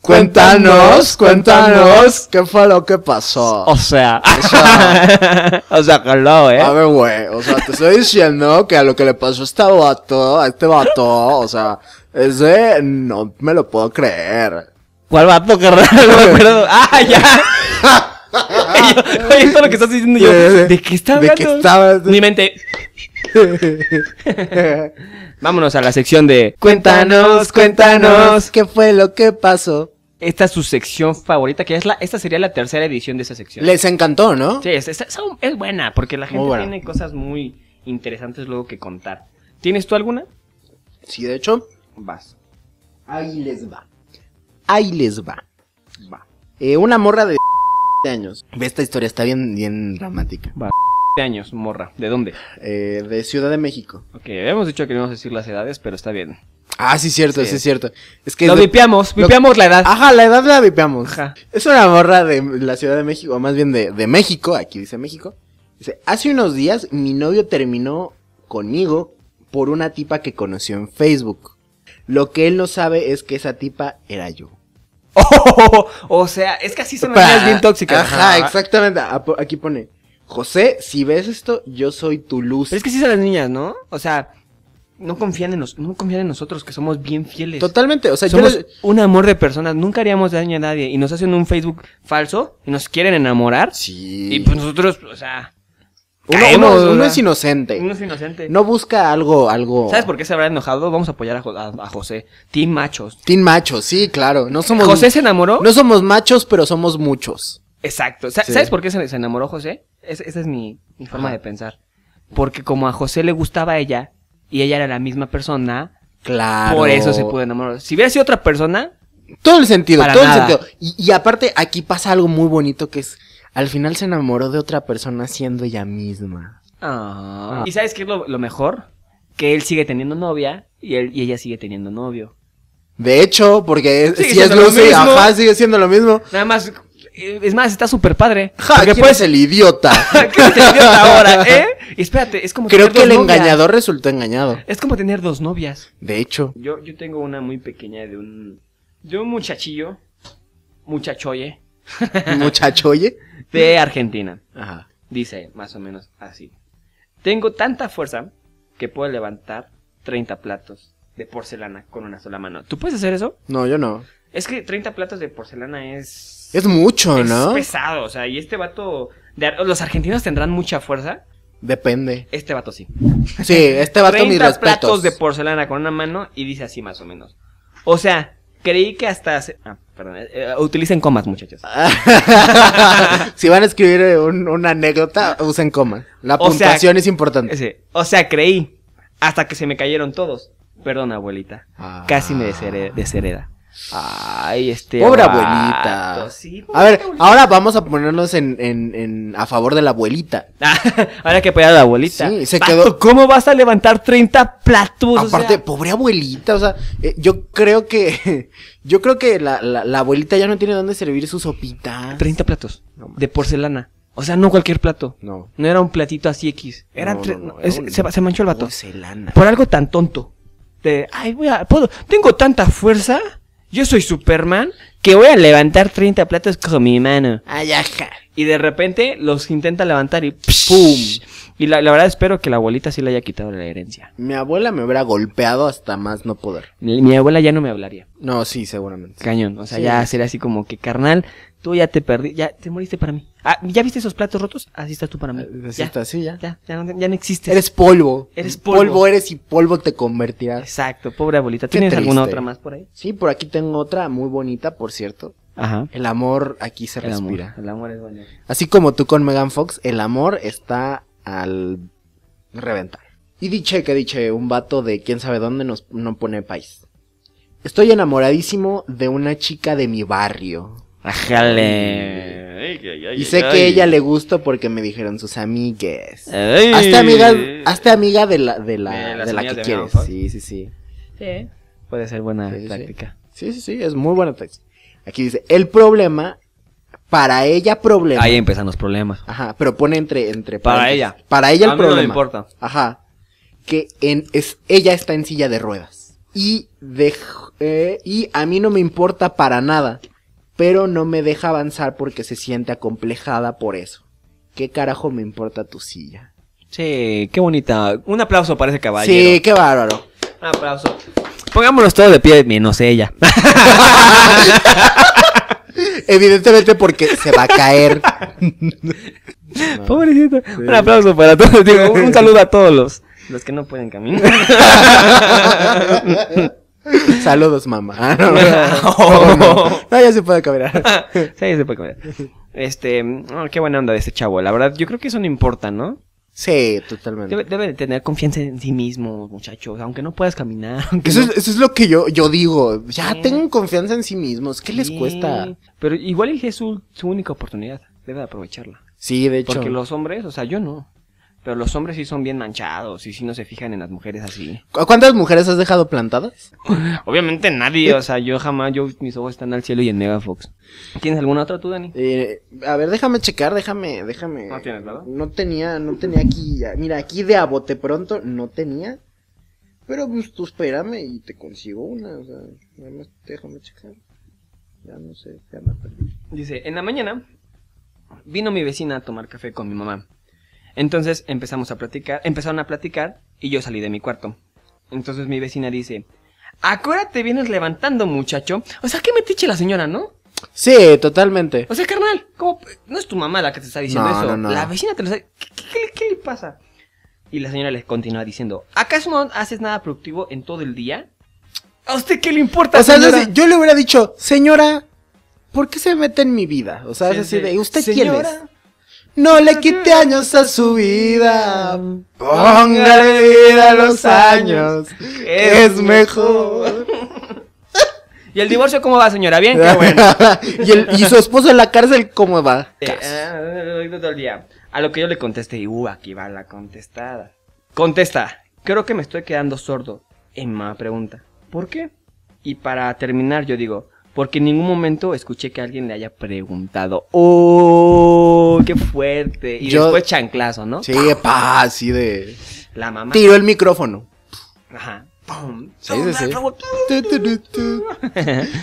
A: Cuéntanos, cuéntanos, ¿qué fue lo que pasó?
B: O sea.
A: O sea.
B: o sea, hello, eh.
A: A ver, güey, o sea, te estoy diciendo que a lo que le pasó a este vato, a este vato, o sea, es de... no me lo puedo creer.
B: ¿Cuál vato, carnal? No me acuerdo. ¡Ah, ya! Yo- Oye, todo lo que estás diciendo yo.
A: Sí, sí.
B: ¿De qué
A: ¿De
B: está hablando?
A: qué está hablando?
B: Mi mente. Vámonos a la sección de.
A: ¿qué fue lo que pasó?
B: Esta es su sección favorita, que es la. Esta sería la tercera edición de esa sección.
A: Les encantó, ¿no?
B: Sí, es, es- es buena, porque la gente
A: buena.
B: tiene cosas muy interesantes luego que contar. ¿Tienes tú alguna?
A: Sí, de hecho,
B: Vas.
A: ahí les va. Ahí les va.
B: Va.
A: Eh, una morra de años. Ve, Esta historia está bien, bien dramática.
B: De años, morra. ¿De dónde?
A: Eh, de Ciudad de México.
B: Ok, habíamos dicho que no íbamos a decir las edades, pero está bien.
A: Ah, sí, cierto, sí,
B: Sí.
A: es cierto. Es que.
B: Lo
A: de-
B: vipiamos,
A: lo-
B: vipiamos la edad.
A: Ajá, la edad la vipeamos.
B: Ajá.
A: Es una morra de la Ciudad de México, o más bien de, de México, aquí dice México. Dice, hace unos días mi novio terminó conmigo por una tipa que conoció en Facebook. Lo que él no sabe es que esa tipa era yo.
B: Oh, o sea, es que así son las
A: Pa-
B: niñas bien tóxicas.
A: Ajá, exactamente. Ah, po- Aquí pone, José, si ves esto, yo soy tu luz.
B: Pero es que sí son las niñas, ¿no? O sea, no confían en, nos, no confían en nosotros, que somos bien fieles.
A: Totalmente, o sea, yo
B: Somos
A: les-
B: un amor de personas, nunca haríamos daño a nadie. Y nos hacen un Facebook falso y nos quieren enamorar.
A: Sí.
B: Y pues nosotros, o sea,
A: uno,
B: caemos,
A: uno- uno
B: ¿verdad?
A: es inocente.
B: uno es inocente.
A: No busca algo, algo...
B: ¿Sabes por qué se habrá enojado? Vamos a apoyar a, Jo- a- a José. Team machos.
A: Team macho, sí, claro. No somos...
B: ¿José se enamoró?
A: No somos machos, pero somos muchos.
B: Exacto. Sa-
A: Sí.
B: ¿Sabes por qué se, se enamoró José? Es- esa es mi, mi forma
A: Ajá.
B: de pensar. Porque como a José le gustaba a ella y ella era la misma persona,
A: Claro.
B: por eso se pudo enamorar. Si hubiera sido otra persona,
A: Todo el sentido,
B: Para
A: todo
B: nada.
A: el sentido. Y, y aparte, aquí pasa algo muy bonito que es. Al final se enamoró de otra persona siendo ella misma.
B: Ah. ¿Y sabes qué es lo, lo mejor? Que él sigue teniendo novia y, él, y ella sigue teniendo novio.
A: De hecho, porque es-
B: Sigue
A: si es
B: siendo lo
A: Lucy,
B: mismo.
A: ajá, sigue siendo lo mismo.
B: Nada más, eh, es más, está súper padre.
A: Ja,
B: porque
A: ¿quién
B: puedes...
A: es el idiota?
B: ¿Qué te dio hasta ahora, eh? Y espérate, es como
A: Creo
B: tener
A: que
B: dos
A: el
B: novias.
A: engañador resultó engañado.
B: Es como tener dos novias.
A: De hecho,
B: Yo, yo tengo una muy pequeña de un... De un muchachillo, muchachoye,
A: muchacho, oye.
B: de Argentina.
A: Ajá.
B: Dice más o menos así. Tengo tanta fuerza que puedo levantar 30 platos de porcelana con una sola mano. ¿Tú puedes hacer eso?
A: No, yo no.
B: Es que 30 platos de porcelana es...
A: Es mucho,
B: es pues,
A: ¿no?
B: pesado, o sea, y este vato... de ar- los argentinos tendrán mucha fuerza.
A: Depende.
B: Este vato sí.
A: Sí, este vato, mis respetos.
B: platos de porcelana con una mano y dice así más o menos. O sea, creí que hasta... se- Ah, perdón. eh, eh, utilicen comas, muchachos.
A: si van a escribir eh, un- una anécdota, usen coma. La
B: O sea,
A: puntuación es importante.
B: Ese, o sea, creí. Hasta que se me cayeron todos. Perdón, abuelita.
A: Ah.
B: Casi me deshere- deshereda. Ay, este.
A: Pobre
B: vato,
A: abuelita.
B: sí,
A: A ver,
B: pobre
A: ahora vamos a ponernos en, en- en- a favor de la abuelita.
B: abuelita. Ah, Ahora que apoyar a la abuelita.
A: Sí, se
B: Vato,
A: quedó-
B: ¿Cómo vas a levantar 30 platos? Pues, O
A: Aparte,
B: sea,
A: pobre abuelita, o sea, eh, yo creo que, yo creo que la, la- la abuelita ya no tiene dónde servir su sopita.
B: 30 platos
A: No, man.
B: de porcelana. O sea, no cualquier plato.
A: No.
B: No era un platito así X. Eran
A: No,
B: tre-
A: no, no,
B: es-
A: era un-
B: se, se manchó el vato.
A: Porcelana.
B: Por algo tan tonto. De, ay, voy a, puedo, tengo tanta fuerza, yo soy Superman, que voy a levantar 30 platos con mi mano.
A: Ay, ajá.
B: Y de repente los intenta levantar y ¡pum!
A: ¡Pum!
B: Y la, la verdad espero que la abuelita sí le haya quitado la herencia.
A: Mi abuela me hubiera golpeado hasta más no poder.
B: Mi, mi abuela ya no me hablaría.
A: No, sí, seguramente.
B: Cañón, o sea,
A: Sí.
B: ya sería así como que, carnal, tú ya te perdí, ya te moriste para mí. Ah, ¿ya viste esos platos rotos? Así estás tú para mí.
A: Ah, Así
B: ya,
A: está, sí, ya.
B: ya, ya no, ya no existes.
A: Eres polvo.
B: Eres polvo.
A: eres y polvo te convertirás.
B: Exacto, pobre abuelita.
A: Qué
B: ¿Tienes alguna
A: triste.
B: otra más por ahí?
A: Sí, por aquí tengo otra muy bonita, por cierto.
B: Ajá.
A: El amor aquí se
B: El amor,
A: respira.
B: el amor es bueno.
A: Así como tú con Megan Fox, el amor está al reventar. Y diche que diche, un vato de quién sabe dónde nos no pone país. Estoy enamoradísimo de una chica de mi barrio.
B: Ajale.
A: Y sé que ella le gusta porque me dijeron sus amigues. Hazte amiga, hazte amiga de la, de la,
B: Eh.
A: de
B: De las
A: la
B: amigas
A: que
B: de Megan
A: quieres.
B: Fox.
A: Sí, sí, sí.
B: Puede ser buena
A: Sí, sí, sí.
B: práctica.
A: Sí, sí, sí, es muy buena text. Aquí dice, el problema, para ella problema.
B: Ahí empiezan los problemas.
A: Ajá, pero pone entre, entre
B: Para
A: paréntesis.
B: ella.
A: Para ella el
B: A mí no me
A: problema.
B: importa.
A: Ajá. Que en, es, ella está en silla de ruedas. Y, dej- eh, y a mí no me importa para nada. Pero no me deja avanzar porque se siente acomplejada por eso. ¿Qué carajo me importa tu silla?
B: Sí, qué bonita. Un aplauso para ese
A: Sí,
B: caballero.
A: qué bárbaro.
B: Un aplauso. Pongámonos todos de pie, menos ella.
A: Evidentemente porque se va a caer.
B: Pobrecito. Un aplauso para todos. Digo, un un saludo a todos los, los que no pueden caminar.
A: Saludos, mamá. Ah, no, no, no.
B: Oh.
A: No, ya se puede caminar.
B: sí, se puede caminar. Este, oh, qué buena onda de ese chavo. La verdad, yo creo que eso no importa, ¿no?
A: Sí, totalmente.
B: Debe, debe de tener confianza en sí mismo, muchachos. Aunque no puedas caminar. aunque
A: Eso
B: no-
A: es, eso es lo que yo, yo digo. Ya
B: Sí.
A: tengan confianza en sí mismos. ¿Qué les
B: Sí,
A: cuesta?
B: Pero igual y es su, su única oportunidad. Debe de aprovecharla.
A: Sí, de hecho.
B: Porque los hombres, o sea, yo no. Pero los hombres sí son bien manchados y sí no se fijan en las mujeres así.
A: ¿Cu- ¿Cuántas mujeres has dejado plantadas?
B: Obviamente nadie, o sea, yo jamás, yo mis ojos están al cielo y en Megafox. ¿Tienes alguna otra tú, Dani?
A: Eh, a ver, déjame checar, déjame, déjame.
B: No tienes, ¿verdad?
A: No tenía, no tenía aquí. ya. Mira, aquí de a bote pronto no tenía. Pero pues tú espérame y te consigo una. O sea, nada más déjame checar. Ya no sé, ya me perdí.
B: Dice, en la mañana vino mi vecina a tomar café con mi mamá. Entonces empezamos a platicar, empezaron a platicar y yo salí de mi cuarto. Entonces mi vecina dice, ¿a qué hora te vienes levantando, muchacho? O sea, qué metiche la señora, ¿no?
A: Sí, totalmente.
B: O sea, carnal, ¿cómo? p- no es tu mamá la que te está diciendo
A: No,
B: eso.
A: no, no.
B: La vecina te lo sabe. ¿Qué, qué- qué- qué le pasa? Y la señora les continúa diciendo, ¿acaso no haces nada productivo en todo el día? ¿A usted qué le importa?
A: O sea, es
B: señora?
A: decir, yo le hubiera dicho, señora, ¿por qué se mete en mi vida? O sea, es
B: Sí,
A: así
B: sí.
A: de, ¿usted quién
B: Señora,
A: es? No le quite años a su vida.
B: Mm.
A: Póngale vida a los años. Es mejor.
B: ¿Y el divorcio cómo va, señora? Bien, qué bueno.
A: y, el- y su esposo en la cárcel, ¿cómo va?
B: Eh, ah, todo el día. A lo que yo le contesté, y uh, aquí va la contestada. Contesta, creo que me estoy quedando sordo. Y mi mamá pregunta, ¿por qué? Y para terminar, yo digo, porque en ningún momento escuché que alguien le haya preguntado, ¡Oh, qué fuerte! Y
A: Yo-
B: después chanclazo, ¿no?
A: Sí, pa, así de.
B: La mamá.
A: Tiró el micrófono.
B: Ajá. Pum.
A: Sí, sí, sí.
B: Por favor.
A: Tu, tu, tu, tu.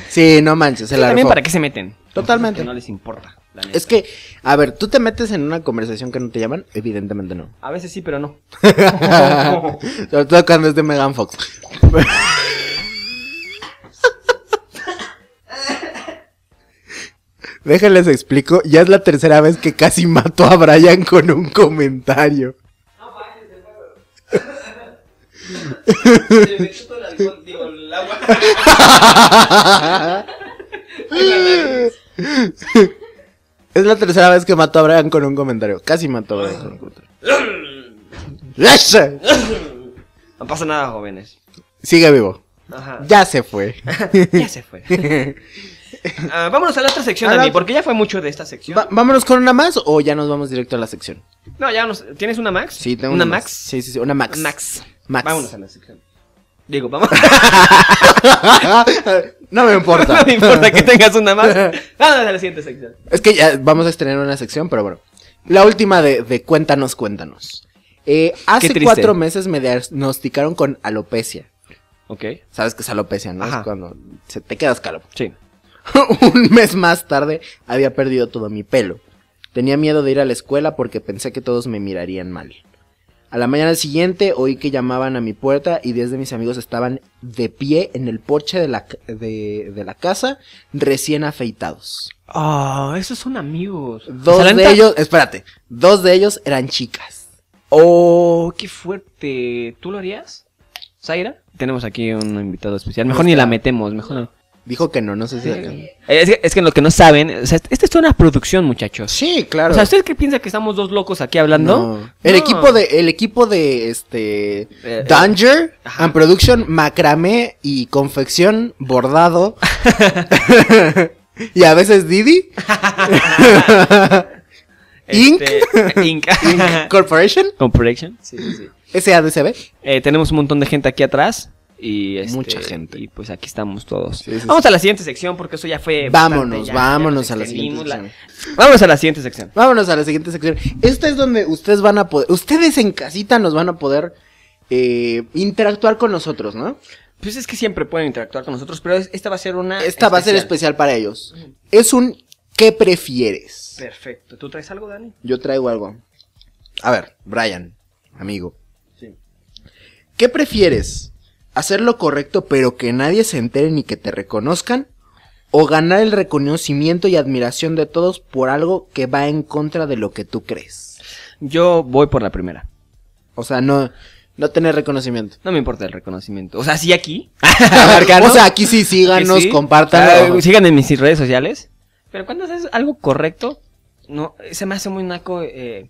A: Sí, no manches, se
B: Sí,
A: la
B: también
A: rifó.
B: para qué se meten.
A: Totalmente.
B: Que no les importa. la neta.
A: Es que, a ver, ¿tú te metes en una conversación que no te llaman? Evidentemente no.
B: A veces sí, pero no.
A: Sobre todo cuando es de Megan Fox. Déjenles explico, ya es la tercera vez que casi mató a Brian con un comentario. Es la tercera vez que mató a Brian con un comentario. Casi mató a Brian con un comentario. ¡Yasha!
B: No pasa nada, jóvenes.
A: Sigue vivo.
B: Ajá.
A: Ya se fue.
B: Ya se fue. Ah, vámonos a la otra sección,
A: A la
B: Dani,
A: otra.
B: porque ya fue mucho de esta sección.
A: Va- vámonos con una más o ya nos vamos directo a la sección.
B: No, ya nos. ¿Tienes una Max?
A: Sí, tengo
B: una
A: una
B: Max.
A: Sí, sí, sí, una Max.
B: Max.
A: Max.
B: Vámonos a la sección. Digo, vamos.
A: no me importa.
B: no me importa que tengas una más. Vámonos a la siguiente sección.
A: Es que ya vamos a estrenar una sección, pero bueno. La última de, de Cuéntanos, Cuéntanos. Eh, hace
B: triste.
A: cuatro meses me diagnosticaron con alopecia.
B: Ok.
A: Sabes que es alopecia, ¿no?
B: Ajá.
A: Es cuando se te quedas calvo.
B: Sí.
A: Un mes más tarde había perdido todo mi pelo. Tenía miedo de ir a la escuela porque pensé que todos me mirarían mal. A la mañana siguiente oí que llamaban a mi puerta y 10 de mis amigos estaban de pie en el porche de la, ca- de- de la casa, recién afeitados.
B: Ah, esos son amigos. O
A: Dos
B: sea, la
A: de
B: neta-
A: ellos, espérate, dos de ellos eran chicas.
B: Oh, qué fuerte. ¿Tú lo harías? ¿Zaira? Tenemos aquí un invitado especial. Mejor ni la metemos, mejor no.
A: Dijo que no, no sé si.
B: Eh, Es que, es que lo que no saben, o sea, esta es una producción, muchachos.
A: Sí, claro.
B: O sea, ¿ustedes qué piensan que estamos dos locos aquí hablando?
A: No. El equipo de, el equipo de este
B: eh.
A: Danger
B: Ajá.
A: and Production, Macramé y Confección Bordado. y a veces Didi
B: Este, Inc.
A: Corporation,
B: Corporation. Sí, sí, sí.
A: SADCB.
B: Eh, tenemos un montón de gente aquí atrás. Y este,
A: Mucha gente.
B: Y pues aquí estamos todos.
A: Sí, sí, sí.
B: vamos a la siguiente sección porque eso ya fue.
A: Vámonos,
B: bastante, ya-
A: vámonos
B: ya
A: a
B: nos
A: la siguiente
B: extendimos la-
A: sección.
B: Vámonos a la siguiente sección.
A: Vámonos a la siguiente sección. Esta es donde ustedes van a poder, ustedes en casita nos van a poder eh, interactuar con nosotros, ¿no?
B: Pues es que siempre pueden interactuar con nosotros, pero es- esta va a ser una.
A: Esta va a ser especial para ellos. Es un ¿qué prefieres?
B: Perfecto. ¿Tú traes algo, Dani?
A: Yo traigo algo. A ver, Brian, amigo.
B: Sí.
A: ¿Qué prefieres? ¿Hacer lo correcto pero que nadie se entere ni que te reconozcan? ¿O ganar el reconocimiento y admiración de todos por algo que va en contra de lo que tú crees?
B: Yo voy por la primera.
A: O sea, no, no tener reconocimiento.
B: No me importa el reconocimiento. O sea, sí aquí.
A: o sea, aquí sí, síganos,
B: Que sí.
A: compártanlo.
B: Ah, sigan en mis redes sociales. Pero cuando haces algo correcto, no, se me hace muy naco eh,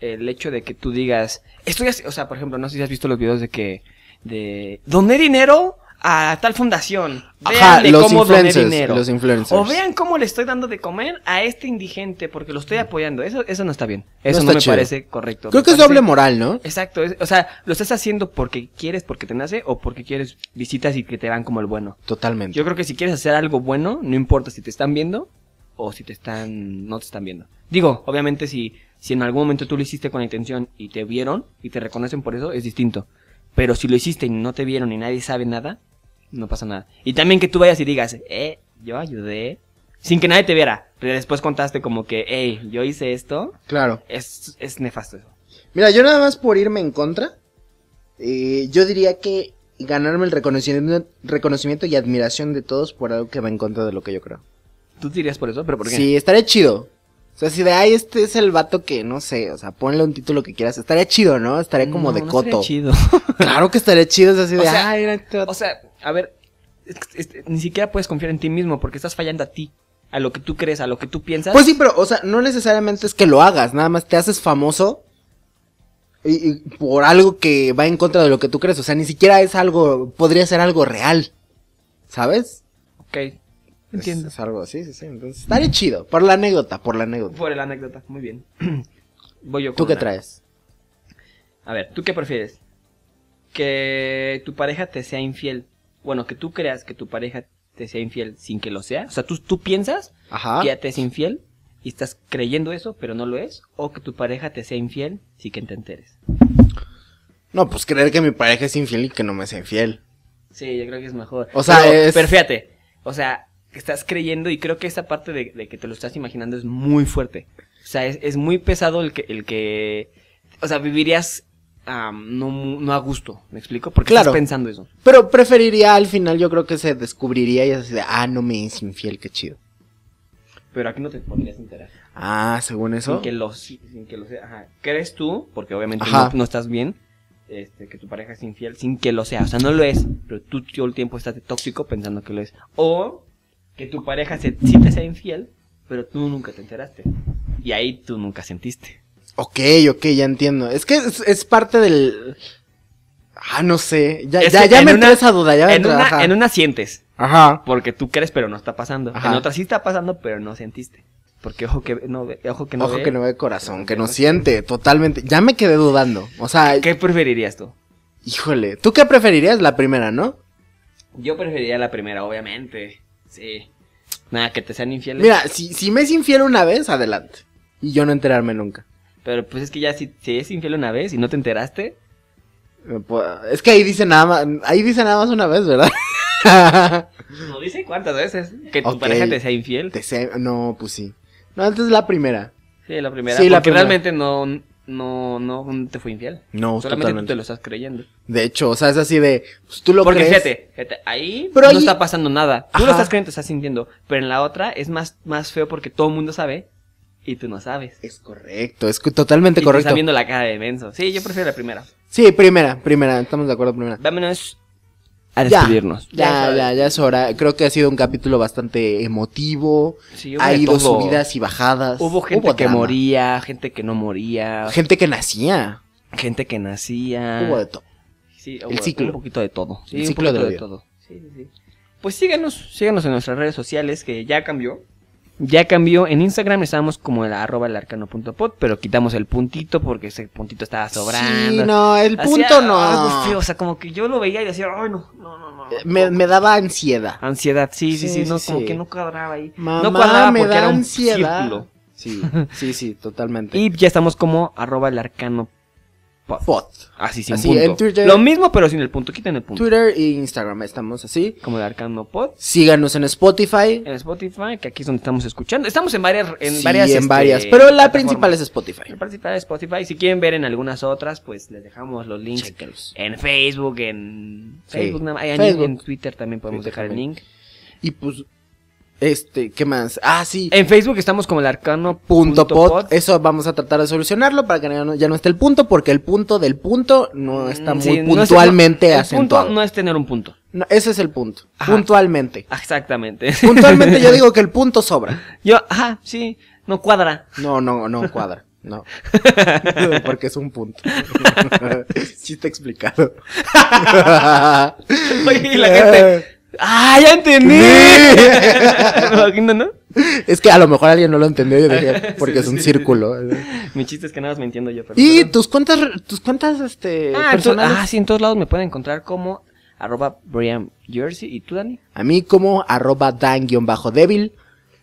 B: el hecho de que tú digas, estoy, haci- o sea, por ejemplo, no sé si has visto los videos de que, de, doné dinero a tal fundación.
A: Ajá,
B: Véanle
A: los
B: cómo doné
A: influencers,
B: dinero.
A: los influencers.
B: O vean cómo le estoy dando de comer a este indigente porque lo estoy apoyando. Eso, eso no está bien. Eso no,
A: está
B: me
A: chido.
B: parece correcto.
A: Creo
B: Me
A: que es
B: parece-
A: doble moral, ¿no?
B: Exacto. es- o sea, lo estás haciendo porque quieres, porque te nace o porque quieres visitas y que te dan como el bueno.
A: Totalmente.
B: Yo creo que si quieres hacer algo bueno, no importa si te están viendo o si te están no te están viendo. Digo, obviamente si si en algún momento tú lo hiciste con la intención y te vieron y te reconocen por eso es distinto. Pero si lo hiciste y no te vieron y nadie sabe nada, no pasa nada. Y también que tú vayas y digas, "Eh, yo ayudé" sin que nadie te viera, pero después contaste como que, "Hey, yo hice esto."
A: Claro.
B: Es es nefasto eso.
A: Mira, yo nada más por irme en contra, eh, yo diría que ganarme el reconocimiento, reconocimiento y admiración de todos por algo que va en contra de lo que yo creo.
B: Tú dirías por eso, pero ¿por qué?
A: Sí, estaría chido. O sea, si de ahí este es el vato que, no sé, o sea, ponle un título que quieras. Estaría chido, ¿no? Estaría como
B: No,
A: de
B: no estaría
A: coto.
B: chido.
A: Claro que estaría chido, es así de,
B: O sea,
A: "Ay, era este vato".
B: O sea, a ver, es que- este, ni siquiera puedes confiar en ti mismo porque estás fallando a ti, a lo que tú crees, a lo que tú piensas.
A: Pues sí, pero, o sea, no necesariamente es que lo hagas, nada más te haces famoso y, y por algo que va en contra de lo que tú crees. O sea, ni siquiera es algo, podría ser algo real, ¿sabes?
B: ok,
A: Es-
B: entiendo.
A: Es, algo así, sí, sí. Entonces, estaría chido, por la anécdota, por la anécdota.
B: Por la anécdota, muy bien. Voy yo con
A: ¿Tú qué
B: una.
A: traes?
B: A ver, ¿tú qué prefieres? Que tu pareja te sea infiel. Bueno, que tú creas que tu pareja te sea infiel sin que lo sea. O sea, tú, tú piensas
A: Ajá.
B: que ya te es infiel y estás creyendo eso, pero no lo es. O que tu pareja te sea infiel sin que te enteres.
A: No, pues creer que mi pareja es infiel y que no me sea infiel.
B: Sí, yo creo que es mejor.
A: O sea,
B: pero,
A: es-
B: pero fíjate, o sea, que estás creyendo y creo que esa parte de, de que te lo estás imaginando es muy fuerte. O sea, es, es muy pesado el que, el que, o sea, vivirías am, no, mu- no a gusto, ¿me explico? Porque
A: Claro.
B: estás pensando eso.
A: Pero preferiría al final, yo creo que se descubriría y es así de, ah, no me es infiel, qué chido.
B: Pero aquí no te podrías enterar.
A: Ah, según eso.
B: Sin que lo, sin que lo sea. Ajá. ¿Crees tú? Porque obviamente
A: Ajá.
B: no, no estás bien. Este, que tu pareja es infiel sin que lo sea. O sea, no lo es. Pero tú todo el tiempo estás de tóxico pensando que lo es. O que tu pareja se, sí te sea infiel, pero tú nunca te enteraste. Y ahí tú nunca sentiste.
A: Ok, ok, ya entiendo. Es que es, es parte del. Ah, no sé. Ya,
B: Es
A: ya,
B: que
A: ya
B: en
A: me
B: una-
A: entró esa duda, ya me
B: En
A: entró.
B: una,
A: ajá.
B: en una sientes.
A: Ajá.
B: Porque tú crees, pero no está pasando.
A: Ajá.
B: En otra sí está pasando, pero no sentiste. Porque ojo que no ve. Ojo que no
A: Ojo
B: ve.
A: que no ve corazón, que no siente, totalmente. Ya me quedé dudando. O sea,
B: ¿Qué preferirías tú?
A: híjole. ¿Tú qué preferirías? La primera, ¿no?
B: Yo preferiría la primera, obviamente. Sí. Nada, que te sean infieles.
A: Mira, si, si me es infiel una vez, adelante. Y yo no enterarme nunca.
B: Pero pues es que ya si, si es infiel una vez y no te enteraste,
A: Me puedo- Es que ahí dice nada más. Ahí dice nada más una vez, ¿verdad?
B: no pues, dice cuántas veces que tu
A: Ok.
B: pareja te sea infiel.
A: Te sé- No, pues sí. No, entonces la primera.
B: Sí, la primera.
A: Sí, la
B: porque
A: primera.
B: realmente no, no, no te fue infiel.
A: No,
B: Solamente tú
A: totalmente.
B: te lo estás creyendo.
A: De hecho, o sea, es así de. pues, tú lo
B: Porque
A: crees.
B: fíjate, fíjate, ahí
A: Pero
B: no
A: ahí-
B: está pasando nada. Tú
A: Ajá.
B: lo estás creyendo, te estás sintiendo. Pero en la otra es más, más feo porque todo el mundo sabe y tú no sabes.
A: Es correcto, es cu- totalmente
B: Y te
A: correcto.
B: están viendo la cara de menso. Sí, yo prefiero la primera.
A: Sí, primera, primera, estamos de acuerdo, primera.
B: Vámonos a
A: Ya.
B: despedirnos.
A: Ya,
B: es hora
A: ya,
B: de-
A: ya es hora. Creo que ha sido un capítulo bastante emotivo.
B: Sí, hubo
A: ha
B: de
A: ido
B: todo.
A: subidas y bajadas.
B: Hubo gente que
A: drama.
B: moría, gente que no moría,
A: Gente que nacía.
B: gente que nacía.
A: Hubo de todo.
B: Sí,
A: El ciclo.
B: Un poquito de todo. Sí,
A: El
B: un
A: ciclo de
B: poquito
A: la
B: de,
A: vida.
B: todo. Sí, sí, sí. Pues síganos, síganos en nuestras redes sociales que ya cambió. Ya cambió. En Instagram estábamos como el arroba elarcano.pod, pero quitamos el puntito porque ese puntito estaba sobrando.
A: Sí, no, el
B: Hacía
A: punto
B: algo feo,
A: no.
B: o sea, como que yo lo veía y decía, ay, no, no, no, no.
A: Me, me daba ansiedad.
B: Ansiedad, sí, sí,
A: Sí,
B: sí, no,
A: sí,
B: como
A: sí.
B: que no cuadraba ahí.
A: Mamá,
B: no cuadraba
A: me
B: porque
A: da
B: era un
A: ansiedad.
B: círculo.
A: Sí, sí, sí, totalmente.
B: Y ya estamos como arroba elarcano.
A: Pod.
B: Así sin
A: Así,
B: punto.
A: en Twitter-
B: Lo mismo, pero sin el punto. Quiten el punto.
A: Twitter e Instagram, estamos así.
B: Como el Arcano Pod.
A: Síganos en Spotify.
B: En Spotify, que aquí es donde estamos escuchando. Estamos en varias. En
A: Sí,
B: varias.
A: en
B: este,
A: varias. Pero la
B: plataformas.
A: principal es Spotify.
B: La principal es Spotify. Si quieren ver en algunas otras, pues les dejamos los links.
A: Chéquenlos.
B: En Facebook, en.
A: Sí.
B: Facebook, nada más. Ay, en-
A: Facebook.
B: En Twitter también podemos
A: Twitter
B: dejar
A: también.
B: el link.
A: Y pues, este, ¿qué más? Ah, sí.
B: En Facebook estamos como el Arcano.
A: punto pod. eh, Eso vamos a tratar de solucionarlo para que ya no, ya no esté el punto, porque el punto del punto no está
B: Mm,
A: muy
B: sí, no es-
A: puntualmente
B: no- el
A: acentuado.
B: punto no es tener un punto.
A: No, ese es el punto.
B: Ajá.
A: Puntualmente.
B: Exactamente.
A: Puntualmente yo digo que el punto sobra.
B: Yo, ajá, sí. No cuadra.
A: No, no, no cuadra. No. Porque es un punto. Chiste explicado.
B: Oye, y la gente. ¡Ah, ya entendí!
A: Sí.
B: Me imagino, ¿no?
A: Es que a lo mejor alguien no lo entendió y yo dije,
B: Sí,
A: porque es un
B: sí.
A: círculo.
B: Mi chiste es que nada más me entiendo yo. Pero,
A: Y
B: perdón.
A: tus cuentas, tus cuentas, este,
B: Ah, en to-
A: personales.
B: ah, sí, en todos lados me pueden encontrar como arroba Brian Jersey. ¿Y tú, Dani?
A: A mí como arroba dan-débil.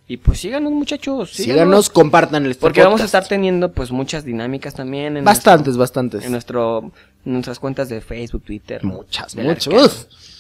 B: Y pues síganos, muchachos.
A: Síganos, compartan este el
B: Porque vamos a estar teniendo pues muchas dinámicas también en,
A: Bastantes, bastantes.
B: nuestro- en nuestro, en nuestras cuentas de Facebook, Twitter.
A: Muchas,
B: del
A: muchas.
B: arcano.
A: Uf.